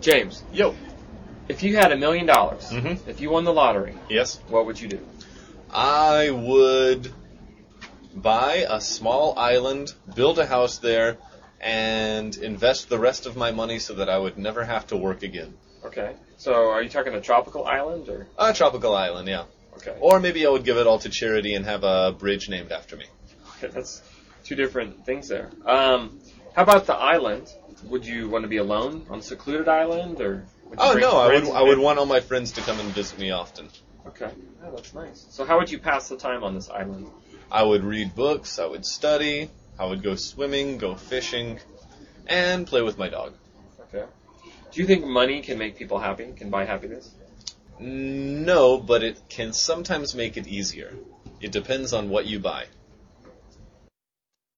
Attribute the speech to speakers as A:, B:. A: James,
B: Yo.
A: if you had a million dollars,
B: Mhm.
A: if you won the lottery,
B: Yes.
A: what would you do?
B: I would buy a small island, build a house there, and invest the rest of my money so that I would never have to work again.
A: Okay. So are you talking a tropical island or?
B: A tropical island, yeah.
A: Okay.
B: Or maybe I would give it all to charity and have a bridge named after me.
A: Okay, that's two different things there. Um, how about the island? Would you want to be alone on a secluded island or? Would you
B: Oh
A: bring
B: no, I would
A: friends
B: I
A: with
B: would
A: you?
B: want all my friends to come and visit me often.
A: Okay. Oh, that's nice. So how would you pass the time on this island?
B: I would read books, I would study, I would go swimming, go fishing, and play with my dog.
A: Okay. Do you think money can make people happy? Can buy happiness?
B: No, but it can sometimes make it easier. It depends on what you buy.